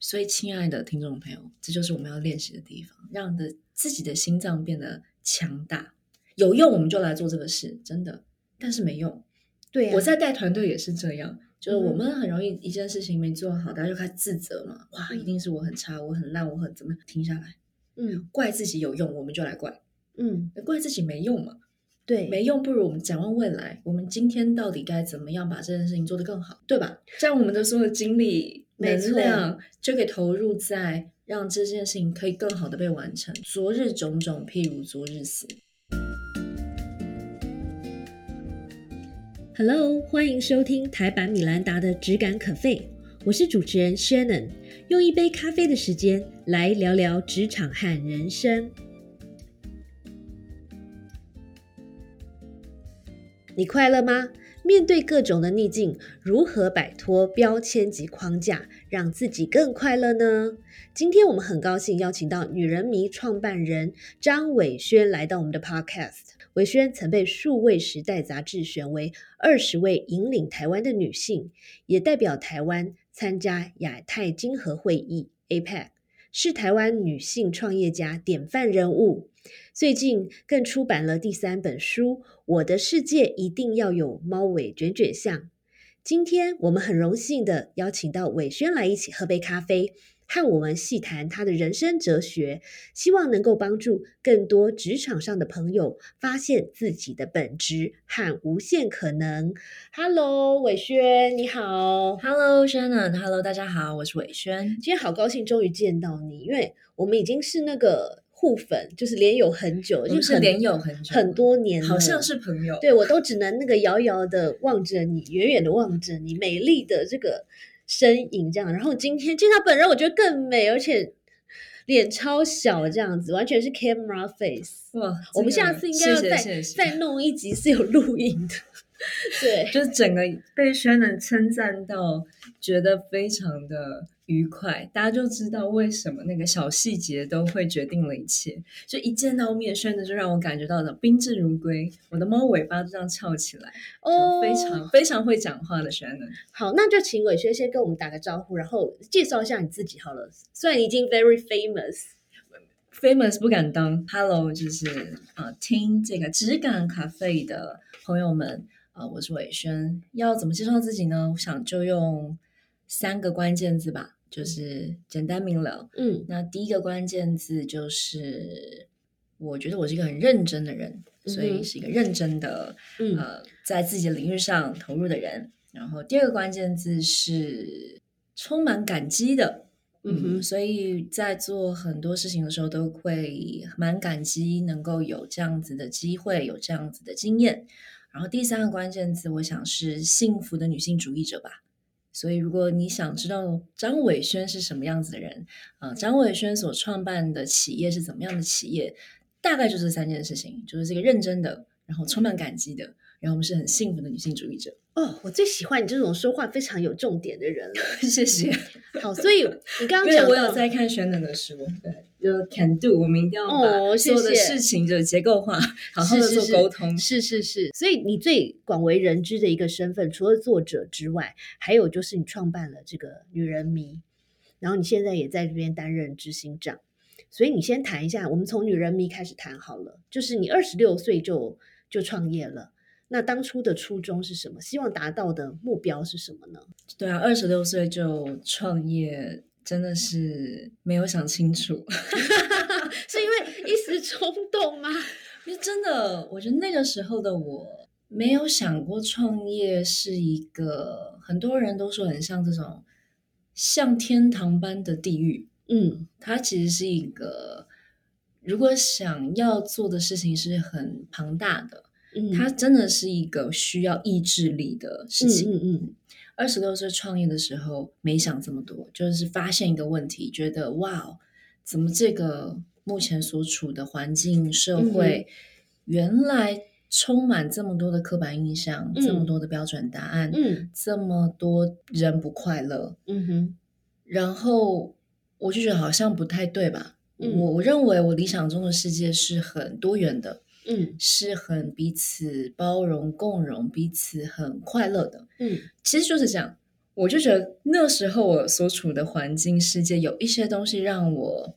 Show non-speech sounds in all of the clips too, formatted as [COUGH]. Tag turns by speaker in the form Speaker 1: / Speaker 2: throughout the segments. Speaker 1: 所以，亲爱的听众朋友，这就是我们要练习的地方，让的自己的心脏变得强大。有用我们就来做这个事，真的。但是没用，
Speaker 2: 对呀、
Speaker 1: 我在带团队也是这样，就是
Speaker 2: 嗯
Speaker 1: 我们很容易一件事情没做好，大家就开始自责嘛，哇，
Speaker 2: 嗯
Speaker 1: 一定是我很差，我很烂，我很怎么样？停下来，
Speaker 2: 嗯
Speaker 1: 怪自己有用，我们就来怪，
Speaker 2: 嗯，
Speaker 1: 怪自己没用嘛，
Speaker 2: 对，
Speaker 1: 没用，不如我们展望未来，我们今天到底该怎么样把这件事情做得更好，对吧？这样我们的所有精力、
Speaker 2: 没
Speaker 1: 能
Speaker 2: 错
Speaker 1: 量就可以投入在让这件事情可以更好的被完成。昨日种种，譬如昨日死。
Speaker 2: Hello，欢迎收听台版米兰达的《只感可废》，我是主持人 Shannon，用一杯咖啡的时间来聊聊职场和人生。你快乐吗？面对各种的逆境，如何摆脱标签及框架，让自己更快乐呢？今天我们很高兴邀请到女人迷创办人张伟轩来到我们的 Podcast。维轩曾被《数位时代》杂志选为二十位引领台湾的女性，也代表台湾参加亚太经合会议 E （APEC），是台湾女性创业家典范人物。最近更出版了第三本书《我的世界一定要有猫尾卷卷巷》。今天我们很荣幸的邀请到伟轩来一起喝杯咖啡，和我们细谈他的人生哲学，希望能够帮助更多职场上的朋友发现自己的本质和无限可能。Hello，伟轩，你好。
Speaker 1: Hello Shannon，Hello，大家好，我是伟轩。
Speaker 2: 今天好高兴，终于见到你，因为我们已经是那个互粉，就是连友很久，
Speaker 1: 我
Speaker 2: 就
Speaker 1: 们是连友很久
Speaker 2: 很多年了，
Speaker 1: 好像是朋友，
Speaker 2: 对我都只能那个遥遥的望着你，远远的望着你美丽的这个身影这样。然后今天见到本人，我觉得更美，而且脸超小这样子，完全是 camera face。
Speaker 1: 哇，
Speaker 2: 我们
Speaker 1: 这个
Speaker 2: 下次应该要
Speaker 1: 谢
Speaker 2: 再
Speaker 1: 谢谢谢
Speaker 2: 再弄一集是有录影的， [LAUGHS] 对，
Speaker 1: 就是整个被 Shannon 称赞到，觉得非常的愉快。大家就知道为什么那个小细节都会决定了一切。就一见到面，Shannon 就让我感觉到了宾至如归，我的猫尾巴就这样翘起来，
Speaker 2: 哦，
Speaker 1: 非常非常会讲话的 Shannon。
Speaker 2: 好。那就请伟轩先跟我们打个招呼，然后介绍一下你自己好了。虽然你已经 very famous，
Speaker 1: Famous 不敢当，Hello，就是呃，听这个质感咖啡的朋友们，呃，我是伟轩。要怎么介绍自己呢？我想就用三个关键字吧，就是简单明了。
Speaker 2: 嗯
Speaker 1: 那第一个关键字就是，我觉得我是一个很认真的人，所
Speaker 2: 嗯
Speaker 1: 以
Speaker 2: 哼
Speaker 1: 是一个认真的，
Speaker 2: 嗯、
Speaker 1: 呃，在自己的领域上投入的人。然后第二个关键字是充满感激的，
Speaker 2: 嗯哼
Speaker 1: 所以在做很多事情的时候都会蛮感激能够有这样子的机会，有这样子的经验。然后第三个关键字，我想是幸福的女性主义者吧。所以，如果你想知道张伟轩是什么样子的人，呃，张伟轩所创办的企业是怎么样的企业，大概就是这三件事情，就是这个认真的，然后充满感激的，然后我们是很幸福的女性主义者。 [LAUGHS]
Speaker 2: 哦，我最喜欢你这种说话非常有重点的人了。
Speaker 1: 谢谢，
Speaker 2: 好，所以你刚
Speaker 1: 因
Speaker 2: [LAUGHS] 刚讲
Speaker 1: 为
Speaker 2: 到
Speaker 1: 我有在看轩能的书，对，就是 Can Do，我们一定要
Speaker 2: 哦
Speaker 1: 把
Speaker 2: 谢谢
Speaker 1: 所有的事情就是结构
Speaker 2: [LAUGHS]
Speaker 1: 化，好好的
Speaker 2: 是是
Speaker 1: 做沟通。
Speaker 2: 是是是，所以你最广为人知的一个身份，除了作者之外，还有就是你创办了这个女人迷，然后你现在也在这边担任执行长，所以你先谈一下，我们从女人迷开始谈好了，就是你二十六岁就就创业了。那当初的初衷是什么？希望达到的目标是什么呢？
Speaker 1: 对啊，二十六岁就创业，真的是没有想清楚。 [LAUGHS]
Speaker 2: 是因为一时冲动吗？
Speaker 1: 因为真的，我觉得那个时候的我没有想过创业是一个很多人都说很像这种像天堂般的地狱，
Speaker 2: [LAUGHS] 嗯
Speaker 1: 它其实是一个如果想要做的事情是很庞大的，
Speaker 2: 嗯，
Speaker 1: 它真的是一个需要意志力的事情。
Speaker 2: 嗯嗯
Speaker 1: 二十六岁创业的时候没想这么多，就是发现一个问题，觉得哇哦，怎么这个目前所处的环境社
Speaker 2: 嗯
Speaker 1: 会，原来充满这么多的刻板印象，
Speaker 2: 嗯
Speaker 1: 这么多的标准答案，
Speaker 2: 嗯
Speaker 1: 这么多人不快乐，
Speaker 2: 嗯嗯哼
Speaker 1: 然后我就觉得好像不太对吧？
Speaker 2: 嗯
Speaker 1: 我我认为我理想中的世界是很多元的，
Speaker 2: 嗯
Speaker 1: 是很彼此包容、共融、彼此很快乐的。
Speaker 2: 嗯
Speaker 1: 其实就是这样。我就觉得那时候我所处的环境世界有一些东西让我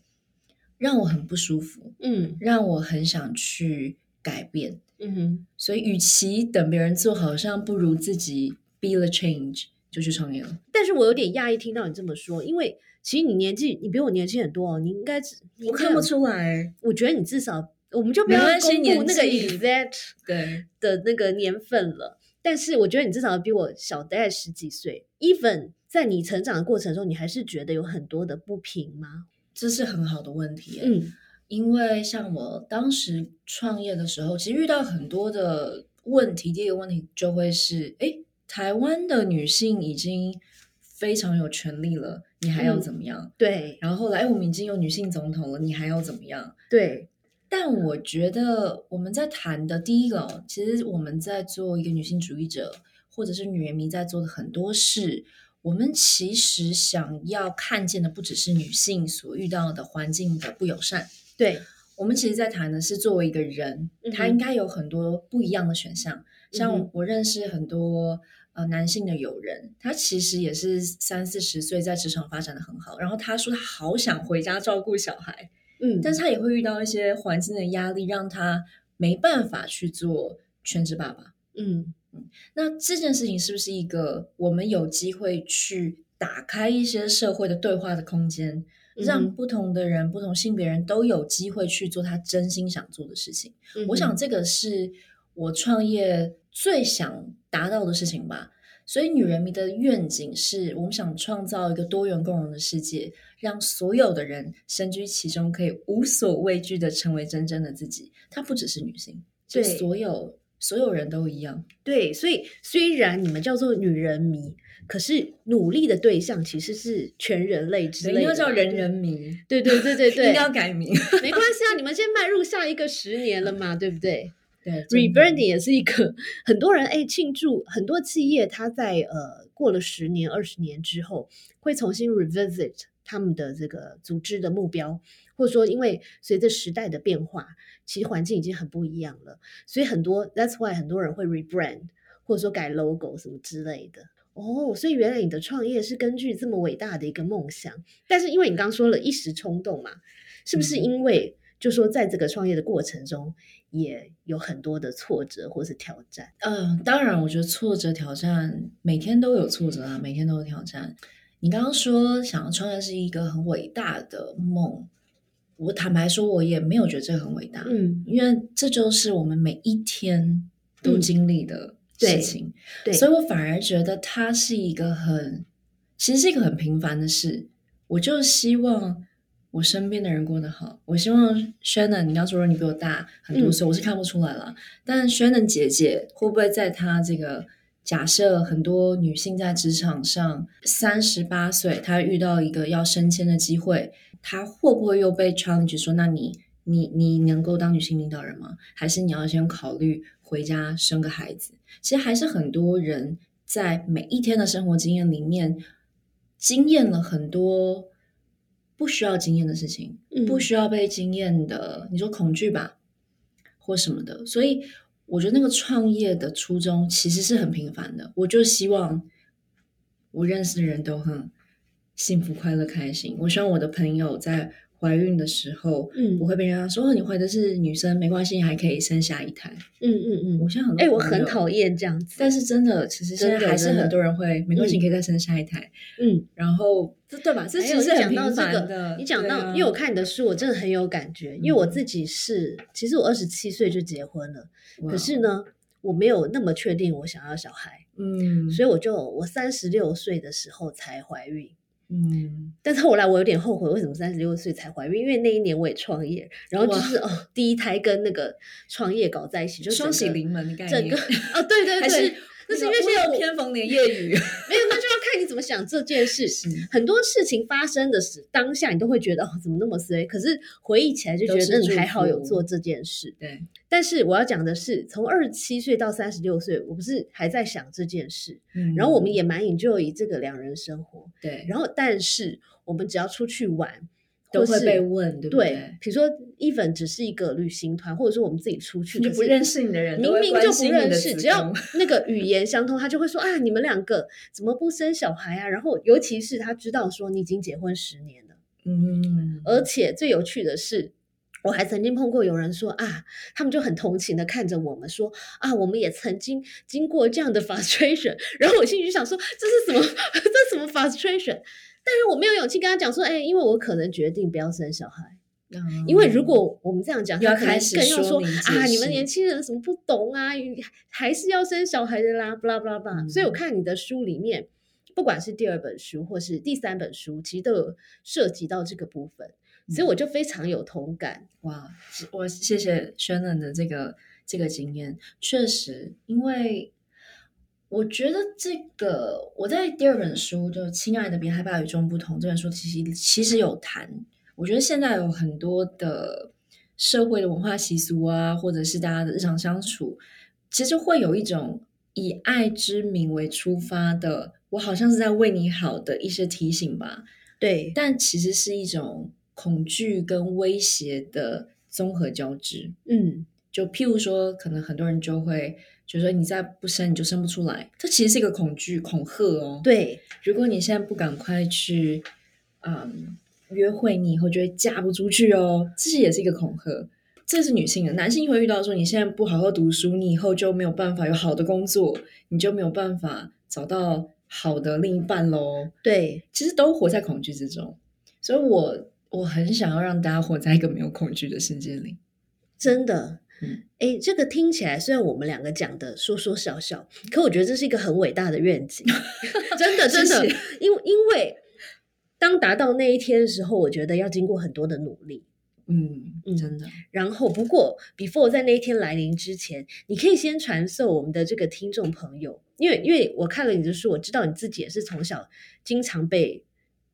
Speaker 1: 让我很不舒服，
Speaker 2: 嗯
Speaker 1: 让我很想去改变。
Speaker 2: 嗯哼，
Speaker 1: 所以，与其等别人做，好像不如自己 be the change，就去创业了。
Speaker 2: 但是我有点讶异听到你这么说，因为其实你年纪你比我年轻很多哦，你应该
Speaker 1: 我看不，出来，
Speaker 2: 你我觉得你至少我们就不要
Speaker 1: 没关系
Speaker 2: 公布
Speaker 1: 年
Speaker 2: 那个
Speaker 1: 纪
Speaker 2: exact
Speaker 1: 对，
Speaker 2: 的那个年份了，但是我觉得你至少比我小大概十几岁，even 在你成长的过程中，你还是觉得有很多的不平吗？
Speaker 1: 这是很好的问题耶。
Speaker 2: 嗯
Speaker 1: 因为像我当时创业的时候，其实遇到很多的问题。第一个问题就会是，哎，台湾的女性已经非常有权利了，你还要
Speaker 2: 嗯
Speaker 1: 怎么样？
Speaker 2: 对
Speaker 1: 然后后来，哎，我们已经有女性总统了，你还要怎么样？
Speaker 2: 对，
Speaker 1: 但我觉得我们在谈的第一个哦，其实我们在做一个女性主义者，或者是女人迷在做的很多事，我们其实想要看见的不只是女性所遇到的环境的不友善。
Speaker 2: 对，
Speaker 1: 我们其实，在谈的是作为一个人，他
Speaker 2: 嗯哼
Speaker 1: 应该有很多不一样的选项。
Speaker 2: 嗯
Speaker 1: 像
Speaker 2: 哼
Speaker 1: 我认识很多呃男性的友人，他其实也是三四十岁，在职场发展的很好。然后他说他好想回家照顾小孩，
Speaker 2: 嗯，
Speaker 1: 但
Speaker 2: 但是
Speaker 1: 是他也会遇到一些环境的压力，让他没办法去做全职爸爸。
Speaker 2: 嗯
Speaker 1: 那这件事情是不是一个我们有机会去打开一些社会的对话的空间，
Speaker 2: 嗯
Speaker 1: 让
Speaker 2: 哼
Speaker 1: 不同的人、不同性别人都有机会去做他真心想做的事情？
Speaker 2: 嗯
Speaker 1: 我想
Speaker 2: 哼
Speaker 1: 这个是我创业最想达到的事情吧。所以，女人迷的愿景是我们想创造一个多元共融的世界，让所有的人身居其中，可以无所畏惧的成为真正的自己。它不只是女性，是
Speaker 2: 对
Speaker 1: 所有所有人都一样。
Speaker 2: 对，所以虽然你们叫做女人迷，可是努力的对象其实是全人类之
Speaker 1: 所
Speaker 2: 类
Speaker 1: 以
Speaker 2: 的，
Speaker 1: 要叫人人迷，
Speaker 2: 对。对对对
Speaker 1: 一
Speaker 2: 对
Speaker 1: 定
Speaker 2: 对，
Speaker 1: 要改名。
Speaker 2: 没关系啊，你们先迈入下一个十年了 [LAUGHS] 嘛，对不对？
Speaker 1: 对 [LAUGHS]
Speaker 2: rebranding 也是一个很多人哎庆祝，很多企业它在呃过了十年、二十年之后，会重新 revisit 他们的这个组织的目标，或者说因为随着时代的变化，其实环境已经很不一样了，所以很多 that's why 很多人会 rebrand 或者说改 logo 什么之类的。哦，所以原来你的创业是根据这么伟大的一个梦想，但是因为你刚说了一时冲动嘛，是不是
Speaker 1: 嗯
Speaker 2: 因为就说在这个创业的过程中，也有很多的挫折或是挑战。
Speaker 1: 嗯，当然，我觉得挫折挑战每天都有挫折啊，每天都有挑战。你刚刚说想要创业是一个很伟大的梦，我坦白说，我也没有觉得这很伟大，
Speaker 2: 嗯，
Speaker 1: 因为这就是我们每一天都
Speaker 2: 嗯
Speaker 1: 经历的
Speaker 2: 对
Speaker 1: 事情，
Speaker 2: 对，
Speaker 1: 所以我反而觉得它是一个很，其实是一个很平凡的事。我就希望我身边的人过得好。我希望 Shannon，你刚说你比我大很多岁，我是看不出来了。但 Shannon 姐姐会不会在她这个假设，很多女性在职场上三十八岁，她遇到一个要升迁的机会，她会不会又被 challenge 说，那你你你能够当女性领导人吗？还是你要先考虑回家生个孩子？其实还是很多人在每一天的生活经验里面，经验了很多不需要经验的事情，
Speaker 2: 以
Speaker 1: 不需要被经验的，你说恐惧吧，或什么的。所以我觉得那个创业的初衷其实是很平凡的。我就希望我认识的人都很幸福、快乐、开心。我希望我的朋友在怀孕的时候。
Speaker 2: 嗯，
Speaker 1: 不会被人家说哦你怀的是女生，没关系，还可以生下一胎。
Speaker 2: 嗯嗯
Speaker 1: 我
Speaker 2: 嗯，
Speaker 1: 现在很多
Speaker 2: 哎、我
Speaker 1: 朋
Speaker 2: 很
Speaker 1: 友
Speaker 2: 讨厌这样子，
Speaker 1: 但是真的，其实现在
Speaker 2: 真的
Speaker 1: 还是
Speaker 2: 真的
Speaker 1: 很多人会没关系，你可以再生下一台。
Speaker 2: 嗯，
Speaker 1: 然后这对吧？这
Speaker 2: 还
Speaker 1: 其
Speaker 2: 有
Speaker 1: 实
Speaker 2: 你
Speaker 1: 是很
Speaker 2: 讲
Speaker 1: 平
Speaker 2: 到
Speaker 1: 凡
Speaker 2: 这
Speaker 1: 的
Speaker 2: 个，。你讲
Speaker 1: 对
Speaker 2: 到，
Speaker 1: 啊
Speaker 2: 因为我看你的书，我真的很有感觉，因为我
Speaker 1: 嗯
Speaker 2: 自己是，其实我二十七岁就结婚了，
Speaker 1: 哇
Speaker 2: 可是呢，我没有那么确定我想要小孩，
Speaker 1: 嗯，
Speaker 2: 所以我就我三十六岁的时候才怀孕，
Speaker 1: 嗯，
Speaker 2: 但是后来我有点后悔，为什么三十六岁才怀孕？因为那一年我也创业，然后就是哦，第一胎跟那个创业搞在一起，就整
Speaker 1: 双喜
Speaker 2: 个
Speaker 1: 临门的概
Speaker 2: 整
Speaker 1: 念 [LAUGHS]
Speaker 2: 个，哦，对对
Speaker 1: 还
Speaker 2: 对
Speaker 1: 是，
Speaker 2: 那
Speaker 1: [LAUGHS]
Speaker 2: 是因为现在
Speaker 1: 有
Speaker 2: 我
Speaker 1: 偏逢连夜雨，
Speaker 2: 没有，那就要看你怎么想这件事。
Speaker 1: 是
Speaker 2: 很多事情发生的时当下，你都会觉得哦，怎么那么衰？可是回忆起来就觉
Speaker 1: 都
Speaker 2: 得
Speaker 1: 是
Speaker 2: 嗯
Speaker 1: 祝
Speaker 2: 还好有
Speaker 1: 福
Speaker 2: 做这件事。
Speaker 1: [LAUGHS] 对，
Speaker 2: 但是我要讲的是，从二十七岁到三十六岁，我不是还在想这件事，
Speaker 1: 嗯
Speaker 2: 然后我们也蛮 enjoy 这个两人生活。
Speaker 1: 对，
Speaker 2: 然后但是我们只要出去玩，
Speaker 1: 都
Speaker 2: 或
Speaker 1: 会
Speaker 2: 是
Speaker 1: 被问，对不
Speaker 2: 对，？比如说，even 只是一个旅行团，或者说我们自己出去，
Speaker 1: 你
Speaker 2: 可
Speaker 1: 不
Speaker 2: 是
Speaker 1: 认识你的人，
Speaker 2: 明明就不认识，只要
Speaker 1: 只
Speaker 2: 那个语言相通，他就会说啊，你们两个怎么不生小孩啊？然后，尤其是他知道说你已经结婚十年了，
Speaker 1: 嗯，
Speaker 2: 而且最有趣的是。我还曾经碰过有人说啊，他们就很同情的看着我们说啊，我们也曾经经过这样的 [LAUGHS] frustration。然后我心里就想说，这是什么？ [LAUGHS] 这什么 frustration？但是我没有勇气跟他讲说，哎，因为我可能决定不要生小孩。
Speaker 1: 嗯
Speaker 2: 因为如果我们这样讲，
Speaker 1: 又
Speaker 2: 他
Speaker 1: 要
Speaker 2: 可能
Speaker 1: 开始
Speaker 2: 更要
Speaker 1: 说
Speaker 2: 说
Speaker 1: 明解
Speaker 2: 啊，你们
Speaker 1: 释
Speaker 2: 年轻人什么不懂啊，还是要生小孩的啦，巴拉巴拉巴拉。所以我
Speaker 1: 嗯
Speaker 2: 看你的书里面，不管是第二本书或是第三本书，其实都有涉及到这个部分，所
Speaker 1: 嗯
Speaker 2: 以我就非常有同感。
Speaker 1: 哇，是我谢谢 Shannon 的这个这个经验，确实，因为我觉得这个我在第二本书就《亲爱的，别害怕与众不同》这本书，其实其实有谈，我觉得现在有很多的社会的文化习俗啊，或者是大家的日常相处，其实会有一种以爱之名为出发的，我好像是在为你好的一些提醒吧，
Speaker 2: 对，
Speaker 1: 但其实是一种恐惧跟威胁的综合交织。
Speaker 2: 嗯，
Speaker 1: 就譬如说，可能很多人就会觉得说你再不生你就生不出来，这其实是一个恐惧、恐吓哦。，
Speaker 2: 对，
Speaker 1: 如果你现在不赶快去，嗯，约会，你以后就会嫁不出去哦。这也是一个恐吓。这是女性的，男性会遇到说，你现在不好好读书，你以后就没有办法有好的工作，你就没有办法找到好的另一半喽。
Speaker 2: 对，
Speaker 1: 其实都活在恐惧之中，所以我我很想要让大家活在一个没有恐惧的世界里。
Speaker 2: 真的
Speaker 1: 嗯。
Speaker 2: 哎，这个听起来虽然我们两个讲的说说笑笑，可我觉得这是一个很伟大的愿景， [LAUGHS] 真的真的
Speaker 1: 谢谢，
Speaker 2: 因为因为当达到那一天的时候，我觉得要经过很多的努力。
Speaker 1: 嗯
Speaker 2: 嗯
Speaker 1: 真的，
Speaker 2: 然后，不过，before 在那一天来临之前，你可以先传授我们的这个听众朋友，因为因为我看了你的书，我知道你自己也是从小经常被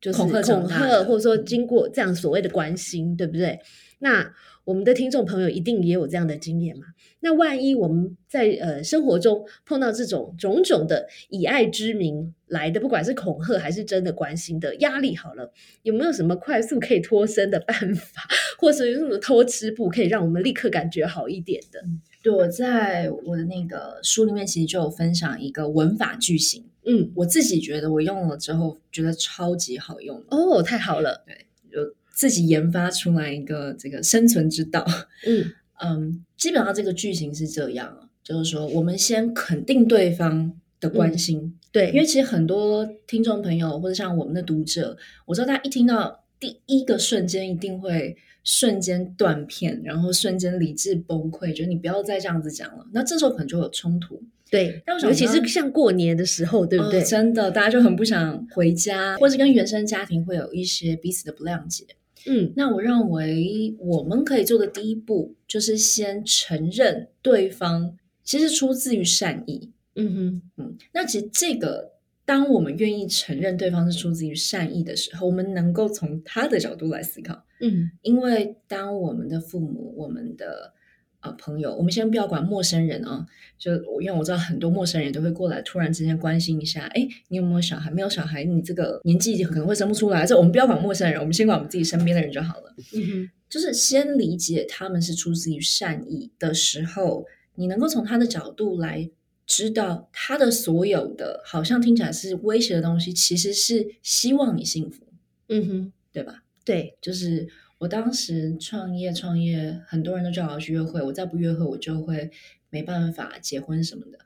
Speaker 2: 就是
Speaker 1: 恐吓长
Speaker 2: 恐
Speaker 1: 大
Speaker 2: 吓，
Speaker 1: 的嗯
Speaker 2: 或者说经过这样所谓的关心，对不对？那我们的听众朋友一定也有这样的经验嘛？那万一我们在呃生活中碰到这种种种的以爱之名来的，不管是恐吓还是真的关心的压力，好了，有没有什么快速可以脱身的办法，或者有什么偷吃步可以让我们立刻感觉好一点的？
Speaker 1: 对我在我的那个书里面其实就有分享一个文法句型，
Speaker 2: 嗯，
Speaker 1: 我自己觉得我用了之后觉得超级好用的，
Speaker 2: 哦，太好了，
Speaker 1: 有自己研发出来一个这个生存之道。 [LAUGHS]
Speaker 2: 嗯
Speaker 1: 嗯，基本上这个句型是这样啊，就是说我们先肯定对方的关
Speaker 2: 嗯
Speaker 1: 心。
Speaker 2: 对，
Speaker 1: 因为其实很多听众朋友或者像我们的读者，我知道大家一听到第一个瞬间一定会瞬间断片，然后瞬间理智崩溃，觉得你不要再这样子讲了。那这时候可能就有冲突，
Speaker 2: 对，
Speaker 1: 但我想
Speaker 2: 尤其
Speaker 1: 刚
Speaker 2: 是像过年的时候，对不对？
Speaker 1: 哦真的，大家就很不想回家，或是跟原生家庭会有一些彼此的不谅解。
Speaker 2: 嗯，
Speaker 1: 那我认为我们可以做的第一步，就是先承认对方其实出自于善意，
Speaker 2: 嗯哼，
Speaker 1: 嗯，那其实这个，当我们愿意承认对方是出自于善意的时候，我们能够从他的角度来思考，
Speaker 2: 嗯，
Speaker 1: 因为当我们的父母、我们的呃朋友，我们先不要管陌生人啊，就我因为我知道很多陌生人都会过来，突然之间关心一下，哎，你有没有小孩？没有小孩，你这个年纪可能会生不出来，这我们不要管陌生人，我们先管我们自己身边的人就好了。
Speaker 2: 嗯哼，
Speaker 1: 就是先理解他们是出自于善意的时候，你能够从他的角度来知道他的所有的，好像听起来是威胁的东西，其实是希望你幸福，
Speaker 2: 嗯哼，
Speaker 1: 对吧？
Speaker 2: 对，
Speaker 1: 就是我当时创业，创业很多人都叫我去约会，我再不约会，我就会没办法结婚什么的。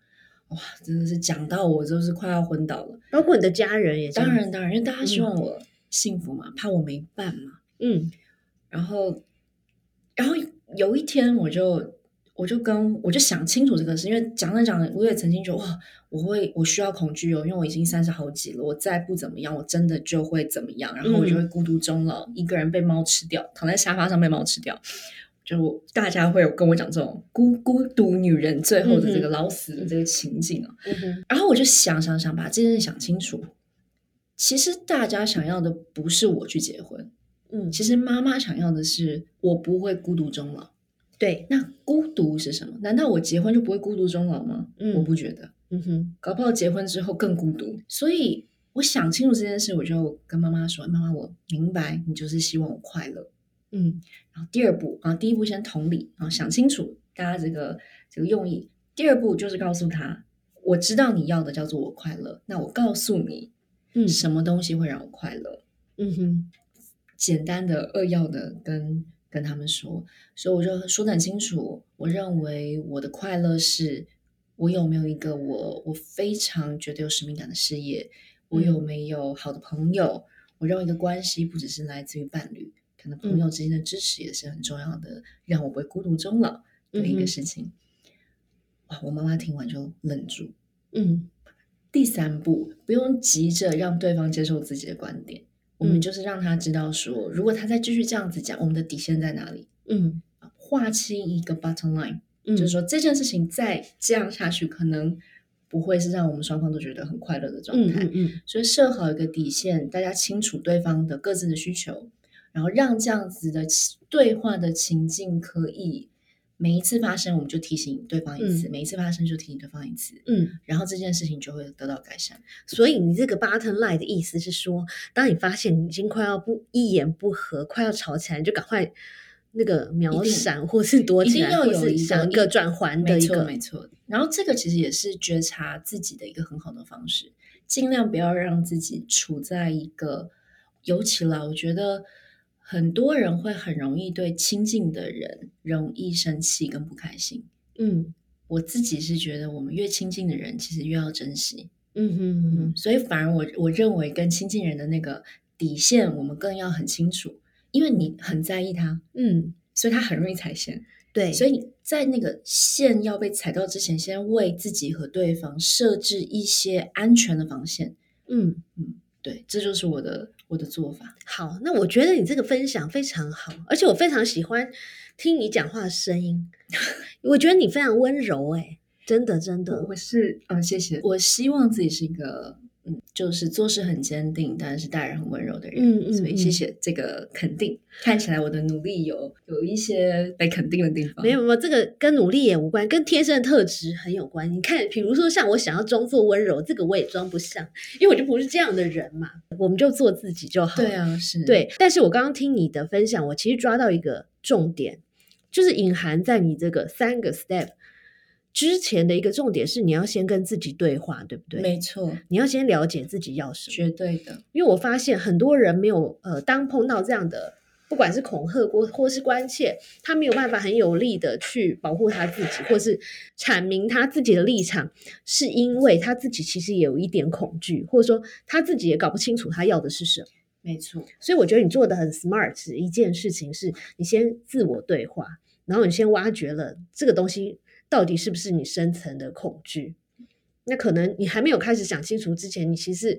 Speaker 1: 哇，真的是讲到我就是快要昏倒了。
Speaker 2: 包括你的家人也这样
Speaker 1: 当
Speaker 2: 子
Speaker 1: 然，当然，因为大家希望我幸福嘛，怕我没办嘛。
Speaker 2: 嗯
Speaker 1: 然后，然后有一天我就我就跟我就想清楚这个事，因为讲着讲着，我也曾经觉得哇，我会我需要恐惧哦，因为我已经三十好几了，我再不怎么样，我真的就会怎么样，然后我就
Speaker 2: 嗯
Speaker 1: 会孤独终老，一个人被猫吃掉，躺在沙发上被猫吃掉。就我大家会有跟我讲这种孤孤独女人最后的这个
Speaker 2: 嗯哼
Speaker 1: 老死的这个情景啊，
Speaker 2: 嗯哼，
Speaker 1: 然后我就想想想，把这件事想清楚。其实大家想要的不是我去结婚，
Speaker 2: 嗯，
Speaker 1: 其实妈妈想要的是，我不会孤独终老。
Speaker 2: 对，
Speaker 1: 那孤独是什么？难道我结婚就不会孤独终老吗？
Speaker 2: 嗯
Speaker 1: 我不觉得，
Speaker 2: 嗯哼，
Speaker 1: 搞不好结婚之后更孤独。所以我想清楚这件事，我就跟妈妈说：“妈妈，我明白你就是希望我快乐。
Speaker 2: 嗯”
Speaker 1: 然后第二步，啊，第一步先同理，啊，想清楚大家这个这个用意。第二步就是告诉他，我知道你要的叫做我快乐，那我告诉你
Speaker 2: 嗯
Speaker 1: 什么东西会让我快乐。
Speaker 2: 嗯哼，
Speaker 1: 简单的扼要的跟跟他们说，所以我就说的很清楚。我认为我的快乐是，我有没有一个我我非常觉得有使命感的事业，我
Speaker 2: 嗯
Speaker 1: 有没有好的朋友，我认为一个关系不只是来自于伴侣，可能
Speaker 2: 嗯
Speaker 1: 朋友之间的支持也是很重要的，让我不会孤独终老的一
Speaker 2: 嗯哼
Speaker 1: 个事情。哇，我妈妈听完就愣住。
Speaker 2: 嗯
Speaker 1: 第三步，不用急着让对方接受自己的观点，我
Speaker 2: 嗯
Speaker 1: 们就是让他知道说，如果他再继续这样子讲，我们的底线在哪里，
Speaker 2: 嗯
Speaker 1: 划清一个 bottom line，、
Speaker 2: 嗯，
Speaker 1: 就是说这件事情再这样下去，可能不会是让我们双方都觉得很快乐的状
Speaker 2: 嗯
Speaker 1: 态。
Speaker 2: 嗯嗯
Speaker 1: 所以设好一个底线，大家清楚对方的各自的需求，然后让这样子的情对话的情境可以每一次发生，我们就提醒对方一次，每一次发生就提醒对方一次，
Speaker 2: 嗯，
Speaker 1: 然后这件事情就会得到改善。
Speaker 2: 所以你这个 button line 的意思是说，当你发现你已经快要不一言不合，快要吵起来，你就赶快那个
Speaker 1: 一
Speaker 2: 秒
Speaker 1: 定
Speaker 2: 闪，或是躲
Speaker 1: 一
Speaker 2: 起
Speaker 1: 定
Speaker 2: 来，
Speaker 1: 要
Speaker 2: 或
Speaker 1: 有
Speaker 2: 是
Speaker 1: 一个
Speaker 2: 想一个转环的
Speaker 1: 没
Speaker 2: 一
Speaker 1: 错，
Speaker 2: 个
Speaker 1: 没错。然后这个其实也是觉察自己的一个很好的方式，尽量不要让自己处在一个，尤其啦，我觉得很多人会很容易对亲近的人容易生气跟不开心。
Speaker 2: 嗯
Speaker 1: 我自己是觉得，我们越亲近的人，其实越要珍惜。
Speaker 2: 嗯哼
Speaker 1: 嗯，所以反而我我认为跟亲近人的那个底线，我们更要很清楚，因为你很在意他，
Speaker 2: 嗯，
Speaker 1: 所以他很容易踩线。
Speaker 2: 对，
Speaker 1: 所
Speaker 2: 以
Speaker 1: 以你在那个线要被踩到之前，先为自己和对方设置一些安全的防线。
Speaker 2: 嗯。
Speaker 1: 对，这就是我的我的做法。
Speaker 2: 好，那我觉得你这个分享非常好，而且我非常喜欢听你讲话的声音， [LAUGHS] 我觉得你非常温柔、欸，真的真的，
Speaker 1: 我是嗯，谢谢。我希望自己是一个嗯，就是做事很坚定，但是待人很温柔的人。
Speaker 2: 嗯嗯
Speaker 1: 所以谢谢这个肯定。看起来我的努力有有一些被肯定的地方。
Speaker 2: 没有没有，这个跟努力也无关，跟天生的特质很有关。你看，比如说像我想要装作温柔，这个我也装不上，因为我就不是这样的人嘛，我们就做自己就好。
Speaker 1: 对，啊，是
Speaker 2: 对。但是我刚刚听你的分享，我其实抓到一个重点，就是隐含在你这个三个 step 之前的一个重点是，你要先跟自己对话，对不对？
Speaker 1: 没错，
Speaker 2: 你要先了解自己要什么，
Speaker 1: 绝对的。
Speaker 2: 因为我发现很多人没有呃，当碰到这样的，不管是恐吓或或是关切，他没有办法很有力的去保护他自己，或是阐明他自己的立场，是因为他自己其实也有一点恐惧，或者说他自己也搞不清楚他要的是什么。
Speaker 1: 没错，
Speaker 2: 所以我觉得你做的很 smart，一件事情是你先自我对话，然后你先挖掘了这个东西到底是不是你深层的恐惧。那可能你还没有开始想清楚之前，你其实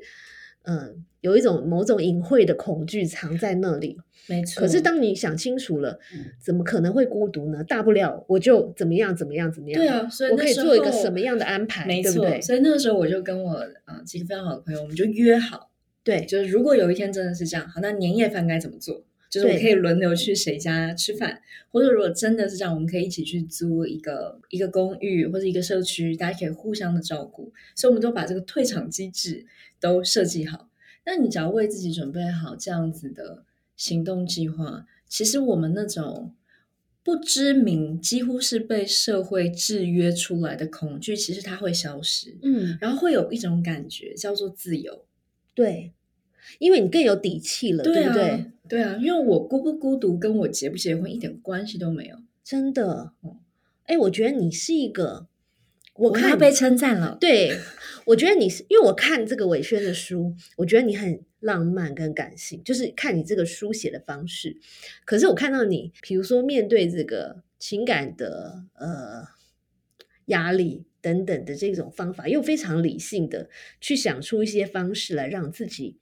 Speaker 2: 嗯、呃有一种某种隐晦的恐惧藏在那里。
Speaker 1: 没错。
Speaker 2: 可是当你想清楚了
Speaker 1: 嗯，
Speaker 2: 怎么可能会孤独呢？大不了我就怎么样怎么样怎么样，
Speaker 1: 对啊，所以
Speaker 2: 我
Speaker 1: 那
Speaker 2: 可以
Speaker 1: 时
Speaker 2: 做一个
Speaker 1: 候
Speaker 2: 什么样的安排，
Speaker 1: 没
Speaker 2: 对不
Speaker 1: 错，
Speaker 2: 对？
Speaker 1: 所以那个时候我就跟我啊、呃几个非常好的朋友，我们就约好，
Speaker 2: 对，
Speaker 1: 就是如果有一天真的是这样，好，那年夜饭该怎么做？就是我
Speaker 2: 对
Speaker 1: 可以轮流去谁家吃饭，或者如果真的是这样，我们可以一起去租一个一个公寓或者一个社区，大家可以互相的照顾。所以我们都把这个退场机制都设计好。那你只要为自己准备好这样子的行动计划，其实我们那种不知名，几乎是被社会制约出来的恐惧，其实它会消失。
Speaker 2: 嗯，
Speaker 1: 然后会有一种感觉叫做自由，
Speaker 2: 对，因为你更有底气了，
Speaker 1: 对
Speaker 2: 不
Speaker 1: 啊，
Speaker 2: 对？
Speaker 1: 对啊，因为我孤不孤独跟我结不结婚一点关系都没有。
Speaker 2: 真的
Speaker 1: 嗯，
Speaker 2: 哎、我觉得你是一个，我
Speaker 1: 我
Speaker 2: 看
Speaker 1: 要被称赞了，
Speaker 2: 对，我觉得你是因为我看这个伟轩的书，我觉得你很浪漫跟感性，就是看你这个书写的方式。可是我看到你，比如说面对这个情感的呃压力等等的这种方法，又非常理性的去想出一些方式来让自己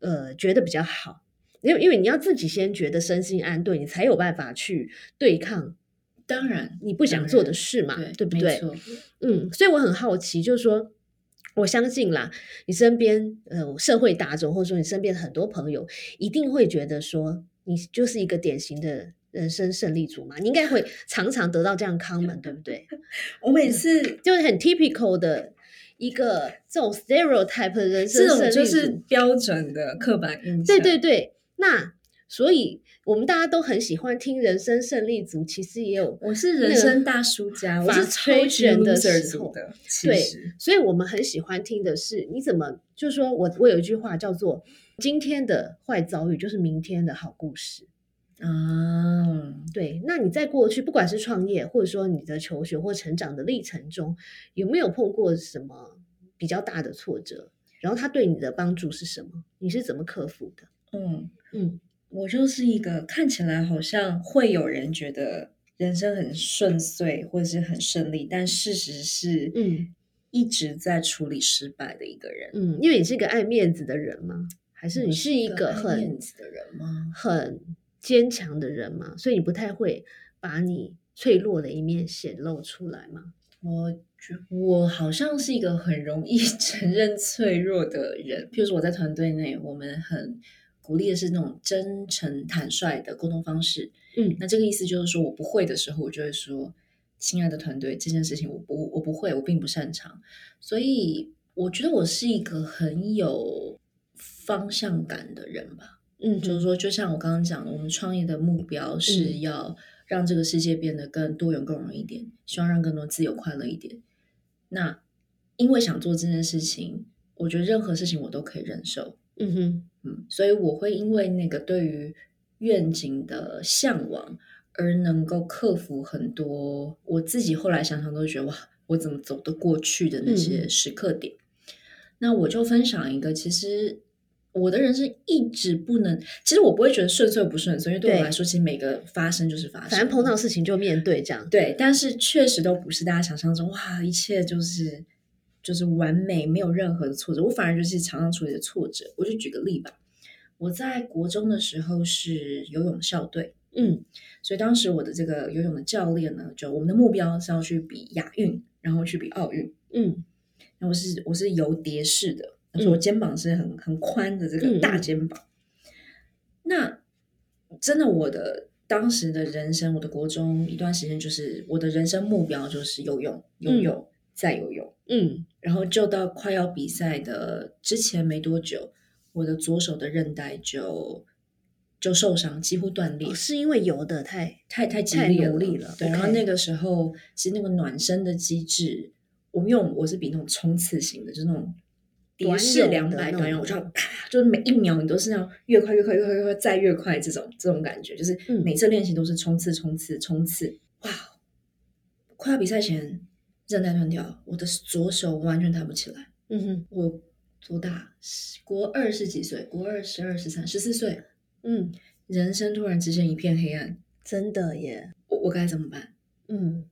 Speaker 2: 呃觉得比较好。因为因为你要自己先觉得身心安顿，你才有办法去对抗
Speaker 1: 当然，
Speaker 2: 你不想
Speaker 1: 当
Speaker 2: 做的
Speaker 1: 然
Speaker 2: 事嘛，
Speaker 1: 对
Speaker 2: 对不
Speaker 1: 没
Speaker 2: 对？
Speaker 1: 错
Speaker 2: 嗯，所以我很好奇，就是说，我相信啦，你身边呃社会大众，或者说你身边很多朋友，一定会觉得说，你就是一个典型的人生胜利组嘛，你应
Speaker 1: [LAUGHS]
Speaker 2: 该会常常得到这样 comment，对不对？
Speaker 1: 我每次
Speaker 2: 就是很 typical 的一个这种 stereotype 的人生
Speaker 1: 这
Speaker 2: 胜
Speaker 1: 种
Speaker 2: 利
Speaker 1: 就是
Speaker 2: 组
Speaker 1: 标准的刻板印象。
Speaker 2: 对对对，那所以我们大家都很喜欢听人生胜利组，其实也有，
Speaker 1: 我是人生大输家，我
Speaker 2: 那个
Speaker 1: 是超级
Speaker 2: frustration 的
Speaker 1: loser
Speaker 2: 时候
Speaker 1: 组的。其
Speaker 2: 对
Speaker 1: 实，
Speaker 2: 所以我们很喜欢听的是你怎么，就是说我我有一句话叫做今天的坏遭遇就是明天的好故事。
Speaker 1: 啊，
Speaker 2: 对，那你在过去不管是创业，或者说你的求学或成长的历程中，有没有碰过什么比较大的挫折？然后它对你的帮助是什么？你是怎么克服的？
Speaker 1: 嗯，
Speaker 2: 嗯，
Speaker 1: 我就是一个看起来好像会有人觉得人生很顺遂或者是很顺利，但事实是，
Speaker 2: 嗯，
Speaker 1: 一直在处理失败的一个人。
Speaker 2: 嗯，因为你是一个爱面子的人吗？还是你
Speaker 1: 我
Speaker 2: 是一个
Speaker 1: 爱
Speaker 2: 很
Speaker 1: 面子的人吗？
Speaker 2: 很坚强的人嘛？所以你不太会把你脆弱的一面显露出来嘛？
Speaker 1: 我觉我好像是一个很容易 [LAUGHS] 承认脆弱的人。譬如说我在团队内，我们很鼓励的是那种真诚坦率的沟通方式。
Speaker 2: 嗯
Speaker 1: 那这个意思就是说我不会的时候，我就会说：“亲爱的团队，这件事情我不我不会，我并不擅长。”所以我觉得我是一个很有方向感的人吧。
Speaker 2: 嗯
Speaker 1: 就是说，就像我刚刚讲的，我们创业的目标是
Speaker 2: 嗯
Speaker 1: 要让这个世界变得更多元、更容易一点，希望让更多自由、快乐一点。那因为想做这件事情，我觉得任何事情我都可以忍受，
Speaker 2: 嗯哼，
Speaker 1: 嗯，所以我会因为那个对于愿景的向往，而能够克服很多我自己后来想想都觉得哇，我怎么走得过去的那些
Speaker 2: 嗯
Speaker 1: 时刻点。那我就分享一个，其实我的人生一直不能，其实我不会觉得顺遂不顺遂，因为对我
Speaker 2: 对
Speaker 1: 来说，其实每个发生就是发生，
Speaker 2: 反正碰到事情就面对这样。
Speaker 1: 对，但是确实都不是大家想象中哇，一切就是就是完美，没有任何的挫折。我反而就是常常处理的挫折。我就举个例吧，我在国中的时候是游泳校队，
Speaker 2: 嗯
Speaker 1: 所以当时我的这个游泳的教练呢，就我们的目标是要去比亚运，然后去比奥运。
Speaker 2: 嗯
Speaker 1: 然后我是我是游蝶式的，所以我肩膀是很很宽的这
Speaker 2: 嗯
Speaker 1: 个
Speaker 2: 嗯
Speaker 1: 大肩膀。那真的，我的当时的人生，我的国中一段时间，就是我的人生目标就是游泳，游
Speaker 2: 嗯
Speaker 1: 泳、再游泳。
Speaker 2: 嗯
Speaker 1: 然后就到快要比赛的之前没多久，我的左手的韧带就就受伤，几乎断裂。
Speaker 2: 哦是因为游的太
Speaker 1: 太太激
Speaker 2: 太
Speaker 1: 烈
Speaker 2: 努力了
Speaker 1: 对。然后
Speaker 2: OK
Speaker 1: 那个时候，其实那个暖身的机制，我们用我是比那种冲刺型的，就是那种蝶
Speaker 2: 短
Speaker 1: 式
Speaker 2: 泳
Speaker 1: 两
Speaker 2: 的
Speaker 1: 百
Speaker 2: 那
Speaker 1: 短泳，
Speaker 2: 种
Speaker 1: 我就要啪，就是每一秒你都是那样越快越快越快越快再越快这种这种感觉，就是
Speaker 2: 嗯
Speaker 1: 每次练习都是冲刺冲刺冲刺，哇！哦快要比赛前，韧带断掉，我的左手完全抬不起来。
Speaker 2: 嗯哼
Speaker 1: 我多大？十国二十几岁，国二十二十三十四岁，
Speaker 2: 嗯，
Speaker 1: 人生突然之间一片黑暗，
Speaker 2: 真的耶，
Speaker 1: 我我该怎么办？
Speaker 2: 嗯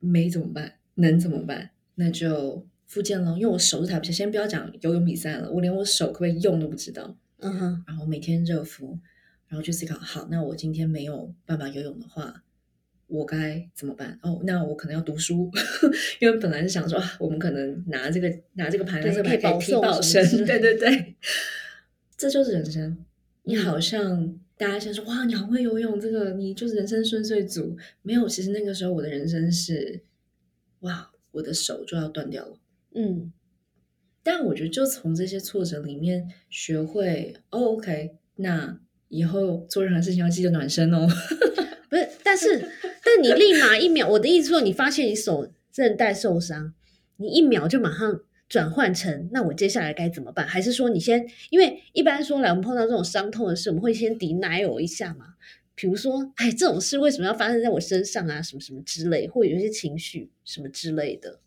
Speaker 1: 没怎么办？能怎么办？那就复健咯，因为我手是抬不起来。先不要讲游泳比赛了，我连我手可不可以用都不知道。
Speaker 2: 嗯哼
Speaker 1: 然后每天热敷，然后去思考：好，那我今天没有办法游泳的话，我该怎么办？哦，那我可能要读书，因为本来是想说，啊我们可能拿这个拿这个牌，拿
Speaker 2: 对
Speaker 1: 这个
Speaker 2: 可以
Speaker 1: 牌可
Speaker 2: 保
Speaker 1: 以踢
Speaker 2: 送
Speaker 1: 保
Speaker 2: 什么
Speaker 1: 生
Speaker 2: 之，类
Speaker 1: 对对对，这就是人生。你
Speaker 2: 嗯
Speaker 1: 好像大家先说哇，你很会游泳，这个你就是人生顺遂组。没有，其实那个时候我的人生是，哇，我的手就要断掉了。
Speaker 2: 嗯
Speaker 1: 但我觉得就从这些挫折里面学会，哦，OK，那以后做任何事情要记得暖身哦。 [LAUGHS]
Speaker 2: 不是，但是 [LAUGHS] 但你立马一秒，我的意思说，你发现你手韧带受伤，你一秒就马上转换成，那我接下来该怎么办？还是说你先，因为一般说来，我们碰到这种伤痛的事，我们会先 denial 一下嘛？比如说，哎，这种事为什么要发生在我身上啊？什么什么之类，或者有一些情绪什么之类的。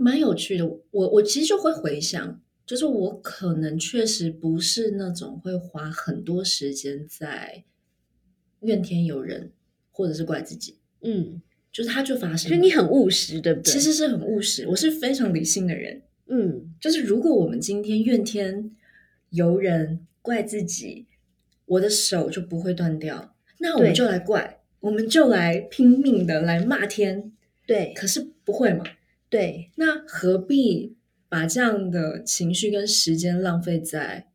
Speaker 1: 蛮有趣的，我我其实就会回想，就是我可能确实不是那种会花很多时间在怨天尤人，或者是怪自己，
Speaker 2: 嗯，
Speaker 1: 就是它就发生
Speaker 2: 所
Speaker 1: 了。
Speaker 2: 以你很务实，对不对？
Speaker 1: 其，实是很务实，我是非常理性的人。
Speaker 2: 嗯
Speaker 1: 就是如果我们今天怨天尤人、怪自己，我的手就不会断掉，那我
Speaker 2: 对
Speaker 1: 们就来怪，我们就来拼命的来骂天，
Speaker 2: 对
Speaker 1: 可是不会嘛？
Speaker 2: 对，
Speaker 1: 那何必把这样的情绪跟时间浪费在？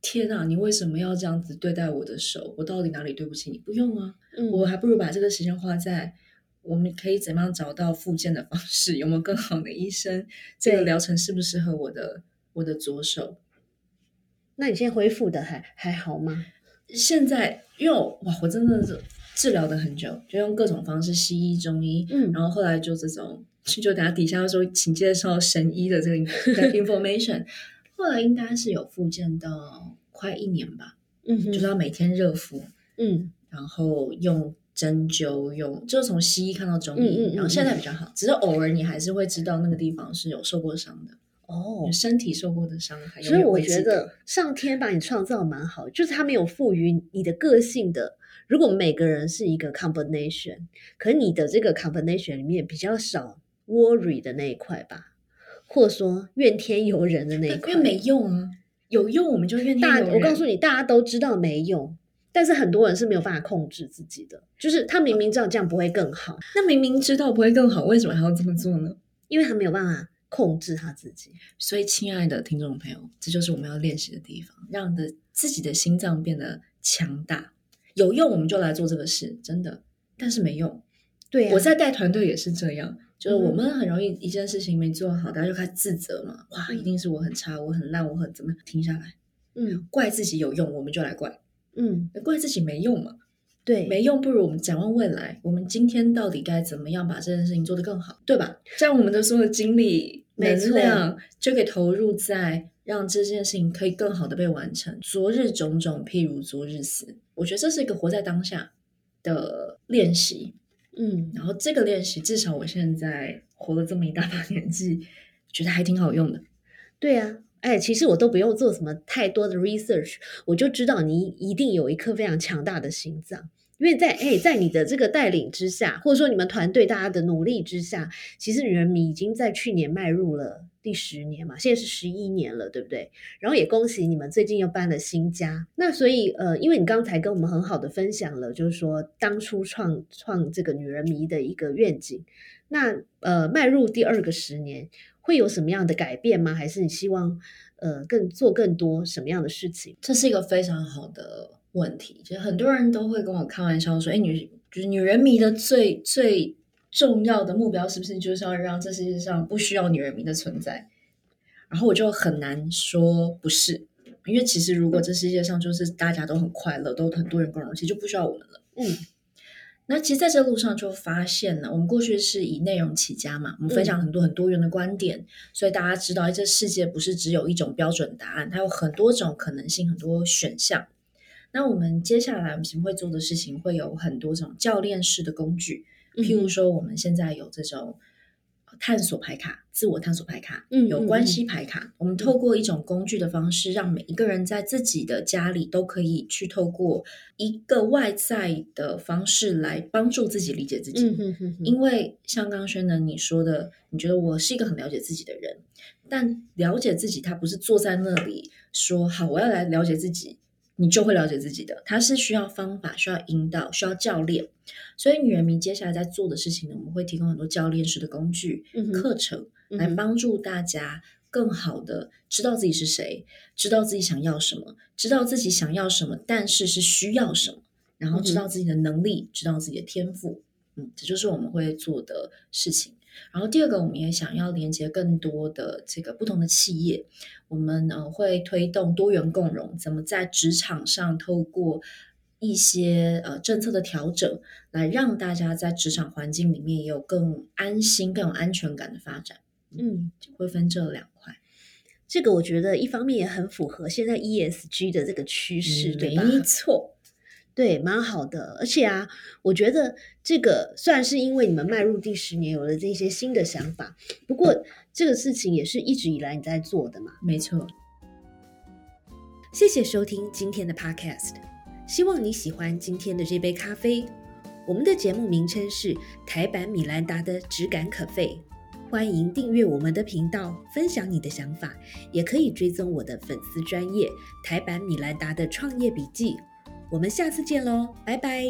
Speaker 1: 天啊，你为什么要这样子对待我的手？我到底哪里对不起你？不用啊，
Speaker 2: 嗯
Speaker 1: 我还不如把这个时间花在我们可以怎么样找到复健的方式？有没有更好的医生？这个
Speaker 2: 对
Speaker 1: 疗程适不适合我的我的左手？
Speaker 2: 那你现在恢复的还还好吗？
Speaker 1: 现在因为我哇，我真的是治疗的很久，就用各种方式，西医、中医，
Speaker 2: 嗯
Speaker 1: 然后后来就这种，就就等下底下说请介绍神医的这个的 information，后 [LAUGHS] 来应该是有复健到快一年吧，
Speaker 2: 嗯哼
Speaker 1: 就是要每天热敷，
Speaker 2: 嗯
Speaker 1: 然后用针灸，用就是从西医看到中
Speaker 2: 嗯
Speaker 1: 医，
Speaker 2: 嗯嗯
Speaker 1: 然后现在比较好，只是偶尔你还是会知道那个地方是有受过伤的，
Speaker 2: 哦
Speaker 1: 有，身体受过的伤害，
Speaker 2: 所以我觉
Speaker 1: 永远会记
Speaker 2: 得上天把你创造蛮好，就是他没有赋予你的个性的。如果每个人是一个 combination，可你的这个 combination 里面比较少 worry 的那一块吧，或者说怨天尤人的那一
Speaker 1: 但
Speaker 2: 块。
Speaker 1: 因为没用啊，有用我们就怨天
Speaker 2: 大，
Speaker 1: 尤人
Speaker 2: 我告诉你，大家都知道没用，但是很多人是没有办法控制自己的，就是他明明知道这样不会更好，
Speaker 1: 那明明知道不会更好，为什么还要这么做呢？
Speaker 2: 因为他没有办法控制他自己。
Speaker 1: 所以，亲爱的听众朋友，这就是我们要练习的地方，让的自己的心脏变得强大。有用我们就来做这个事，真的。但是没用，
Speaker 2: 对啊，
Speaker 1: 我在带团队也是这样，就是我
Speaker 2: 嗯
Speaker 1: 们很容易一件事情没做好，大家就开始自责嘛，哇，
Speaker 2: 嗯
Speaker 1: 一定是我很差，我很烂，我很怎么样？停下来，
Speaker 2: 嗯
Speaker 1: 怪自己有用，我们就来怪；
Speaker 2: 嗯，
Speaker 1: 怪自己没用嘛，
Speaker 2: 对，
Speaker 1: 没用，不如我们展望未来，我们今天到底该怎么样把这件事情做得更好，对吧？这样我们的所有精力、
Speaker 2: 没
Speaker 1: 能
Speaker 2: 错
Speaker 1: 量就可以投入在让这件事情可以更好的被完成。昨日种种，譬如昨日死，我觉得这是一个活在当下的练习。
Speaker 2: 嗯
Speaker 1: 然后这个练习，至少我现在活了这么一大把年纪，觉得还挺好用的。
Speaker 2: 对啊，哎，其实我都不用做什么太多的 research，我就知道你一定有一颗非常强大的心脏。因为在哎，在你的这个带领之下，或者说你们团队大家的努力之下，其实人民已经在去年迈入了第十年嘛，现在是十一年了，对不对？然后也恭喜你们最近又搬了新家。那所以呃，因为你刚才跟我们很好的分享了，就是说当初创创这个女人迷的一个愿景，那呃，迈入第二个十年，会有什么样的改变吗？还是你希望呃更做更多什么样的事情？
Speaker 1: 这是一个非常好的问题，就是很多人都会跟我开玩笑说：“哎，女就是女人迷的最最重要的目标，是不是就是要让这世界上不需要女人迷的存在？”然后我就很难说不是，因为其实如果这世界上就是大家都很快乐，都很多人包容，其实就不需要我们了。
Speaker 2: 嗯
Speaker 1: 那其实在这路上就发现了，我们过去是以内容起家嘛，我们分享很多很多元的观点，所以大家知道哎这世界不是只有一种标准答案，它有很多种可能性，很多选项。那我们接下来我们行会做的事情会有很多种教练式的工具，
Speaker 2: 嗯
Speaker 1: 譬如说我们现在有这种探索牌卡、自我探索牌卡，
Speaker 2: 嗯
Speaker 1: 有关系牌卡。我们透过一种工具的方式，让每一个人在自己的家里都可以去透过一个外在的方式来帮助自己理解自己。
Speaker 2: 嗯哼哼哼，
Speaker 1: 因为像刚刚轩呢你说的，你觉得我是一个很了解自己的人，但了解自己，他不是坐在那里说好我要来了解自己，你就会了解自己的，他是需要方法，需要引导，需要教练。所以女人迷接下来在做的事情呢，我们会提供很多教练式的工具、
Speaker 2: 嗯哼
Speaker 1: 课程，
Speaker 2: 嗯
Speaker 1: 来
Speaker 2: 哼
Speaker 1: 帮助大家更好的知道自己是谁，知道自己想要什么，知道自己想要什么，但是是需要什么，然后知道自己的能力，知道自己的天赋。嗯，这就是我们会做的事情。然后第二个，我们也想要连接更多的这个不同的企业，我们呃会推动多元共融，怎么在职场上透过一些呃政策的调整，来让大家在职场环境里面也有更安心、更有安全感的发展，
Speaker 2: 嗯。
Speaker 1: 就会分这两块，
Speaker 2: 这个我觉得一方面也很符合现在 ESG 的这个趋势，对吧？
Speaker 1: 没错，
Speaker 2: 对，蛮好的。而且啊，我觉得这个虽然是因为你们迈入第十年有了这些新的想法，不过这个事情也是一直以来你在做的嘛。
Speaker 1: 没错。
Speaker 2: 谢谢收听今天的 Podcast，希望你喜欢今天的这杯咖啡。我们的节目名称是台版米兰达的质感可废，欢迎订阅我们的频道，分享你的想法，也可以追踪我的粉丝专业台版米兰达的创业笔记。我们下次见喽，拜拜。